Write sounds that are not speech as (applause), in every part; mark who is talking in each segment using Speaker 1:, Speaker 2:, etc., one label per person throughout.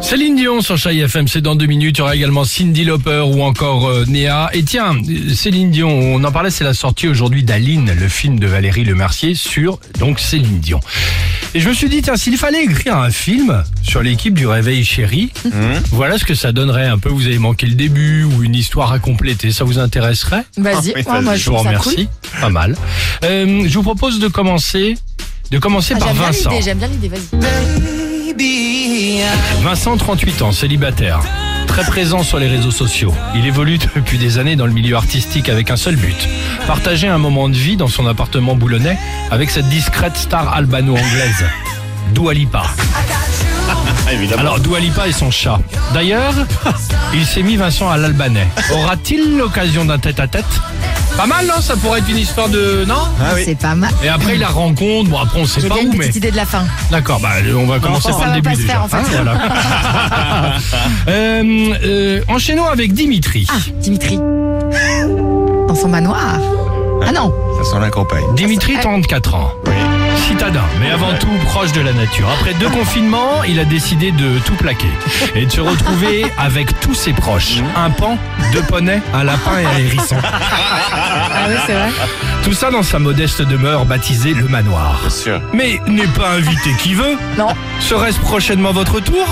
Speaker 1: Céline Dion sur Chai FM, c'est dans deux minutes. Il y aura également Cindy Lauper ou encore euh, Néa. Et tiens, Céline Dion, on en parlait, c'est la sortie aujourd'hui d'Aline, le film de Valérie Lemercier sur donc Céline Dion. Et je me suis dit, tiens, s'il fallait écrire un film sur l'équipe du Réveil Chéri,
Speaker 2: Mhm.
Speaker 1: voilà ce que ça donnerait un peu. Vous avez manqué le début ou une histoire à compléter, ça vous intéresserait
Speaker 2: Vas-y,
Speaker 3: Ah oui,
Speaker 2: Ouais, moi
Speaker 3: vas-y,
Speaker 2: je
Speaker 1: Je vous
Speaker 2: trouve ça cool.
Speaker 1: remercie, pas mal. Euh, je vous propose de commencer, de commencer
Speaker 2: Ah,
Speaker 1: par
Speaker 2: j'aime bien
Speaker 1: Vincent.
Speaker 2: l'idée, j'aime bien l'idée, vas-y.
Speaker 1: Vincent, 38 ans, célibataire, très présent sur les réseaux sociaux. Il évolue (laughs) depuis des années dans le milieu artistique avec un seul but, partager un moment de vie dans son appartement boulonnais avec cette discrète star albano-anglaise, Dua Lipa.
Speaker 3: Ah, évidemment.
Speaker 1: Alors Dua Lipa et son chat. D'ailleurs, il s'est mis Vincent à l'albanais. Aura-t-il l'occasion d'un tête-à-tête Pas mal, non Ça pourrait être une histoire de... Non
Speaker 3: Ah oui.
Speaker 2: C'est pas mal.
Speaker 1: Et après, il la rencontre. Bon, après, on sait
Speaker 2: J'ai
Speaker 1: pas
Speaker 2: bien
Speaker 1: où,
Speaker 2: une
Speaker 1: mais...
Speaker 2: petite idée de la fin.
Speaker 1: D'accord, bah, euh, on va commencer
Speaker 2: ça
Speaker 1: par
Speaker 2: va
Speaker 1: le
Speaker 2: pas
Speaker 1: début
Speaker 2: se
Speaker 1: déjà. Ah,
Speaker 2: faire, en fait.
Speaker 1: voilà. (laughs) Euh, euh, enchaînons avec Dimitri.
Speaker 2: Ah, Dimitri. Dans son manoir. Ah non,
Speaker 3: Ça sent la campagne.
Speaker 1: Dimitri,
Speaker 2: ça-
Speaker 1: 34 ans.
Speaker 3: Oui.
Speaker 1: Citadin, mais avant tout proche de la nature. Après deux confinements, il a décidé de tout plaquer et de se
Speaker 2: (laughs)
Speaker 1: retrouver avec tous ses proches. Un pan, deux poneys, un lapin et un hérisson.
Speaker 2: ah oui, c'est vrai.
Speaker 1: Tout ça dans sa modeste demeure baptisée le manoir.
Speaker 3: Bien sûr.
Speaker 1: Mais n'est pas invité qui veut.
Speaker 2: Non,
Speaker 1: Serait-ce prochainement votre tour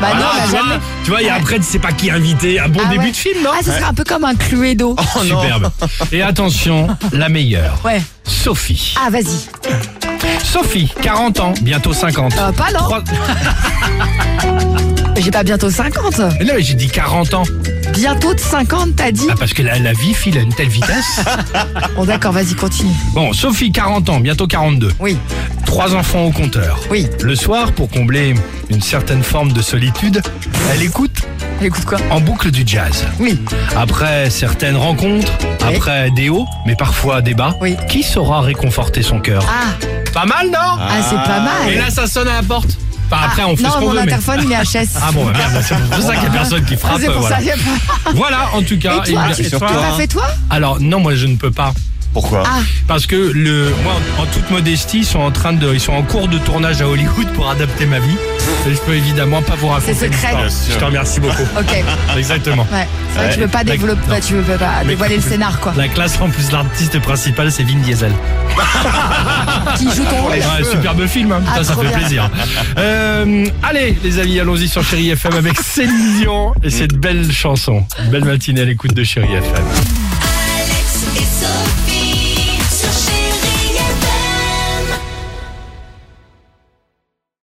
Speaker 2: bah non,
Speaker 1: Ah,
Speaker 2: bah
Speaker 1: tu vois,
Speaker 2: jamais.
Speaker 1: Tu vois, et après, tu sais pas qui inviter. Un bon
Speaker 2: Ah
Speaker 1: début
Speaker 2: ouais.
Speaker 1: de film, non
Speaker 2: Ah, ce serait un peu comme un Cluedo.
Speaker 1: Superbe. Et attention, la meilleure.
Speaker 2: Ouais.
Speaker 1: Sophie.
Speaker 2: Ah, vas-y.
Speaker 1: Sophie, 40 ans, bientôt 50.
Speaker 2: Euh, pas non.
Speaker 1: Trois-
Speaker 2: J'ai pas bientôt 50.
Speaker 1: Mais Non, mais j'ai dit 40 ans.
Speaker 2: Bientôt de 50, t'as dit
Speaker 1: (laughs) Ah, parce que la, la vie file à une telle
Speaker 2: (laughs)
Speaker 1: vitesse.
Speaker 2: Bon, d'accord, vas-y, continue.
Speaker 1: Bon, Sophie, 40 ans, bientôt 42.
Speaker 2: Oui,
Speaker 1: Trois enfants au compteur.
Speaker 2: oui.
Speaker 1: Le soir, pour combler une certaine forme de solitude, elle écoute
Speaker 2: Écoute quoi
Speaker 1: en boucle du jazz.
Speaker 2: Oui.
Speaker 1: Après certaines rencontres,
Speaker 2: Oui.
Speaker 1: après des hauts, mais parfois des bas,
Speaker 2: Oui.
Speaker 1: qui saura réconforter son cœur
Speaker 2: Ah,
Speaker 1: Pas mal, non
Speaker 2: ah c'est pas mal.
Speaker 1: Et là, ça sonne à la porte. Enfin, après,
Speaker 2: Ah,
Speaker 1: on fait
Speaker 2: non,
Speaker 1: ce qu'on
Speaker 2: mon
Speaker 1: veut. mais-
Speaker 2: interphone, il est HS.
Speaker 1: Ah bon,
Speaker 3: (laughs)
Speaker 1: bah, merde, c'est pour ça qu'il n'y a personne qui
Speaker 2: Ah,
Speaker 1: frappe.
Speaker 2: c'est pour
Speaker 1: voilà.
Speaker 2: ça. y a pas-
Speaker 1: Voilà, en tout cas.
Speaker 2: Et toi,
Speaker 1: il-
Speaker 2: tu
Speaker 1: et
Speaker 2: t'as
Speaker 1: toi
Speaker 3: toi
Speaker 2: pas fait toi
Speaker 1: Alors, non, moi, je ne peux pas.
Speaker 3: Pourquoi
Speaker 2: Ah,
Speaker 1: Parce que, le, moi, en en toute modestie, ils sont en train de, ils sont en cours de tournage à Hollywood pour adapter ma vie. Et je peux évidemment pas vous raconter.
Speaker 2: C'est secret.
Speaker 1: l'histoire.
Speaker 3: Bien sûr.
Speaker 1: Je te remercie
Speaker 2: (laughs)
Speaker 1: beaucoup.
Speaker 2: ok. Ouais.
Speaker 1: Exactement.
Speaker 2: C'est vrai que tu peux pas
Speaker 1: Ouais,
Speaker 2: développer,
Speaker 1: non.
Speaker 2: bah, tu peux pas
Speaker 1: Mais-
Speaker 2: dévoiler le scénar, quoi. Oh,
Speaker 1: La classe, en plus, l'artiste principal, c'est Vin Diesel.
Speaker 2: Qui joue ton rôle
Speaker 1: Ouais, superbe film, hein. Putain,
Speaker 2: Ah,
Speaker 1: ça
Speaker 2: trop
Speaker 1: fait
Speaker 2: bien. (laughs)
Speaker 1: plaisir. Euh, allez, les amis, allons-y sur Chéri FM avec Céline Dion et cette belle chanson. Belle matinée à l'écoute de Chéri FM.
Speaker 4: Alex et Sophie.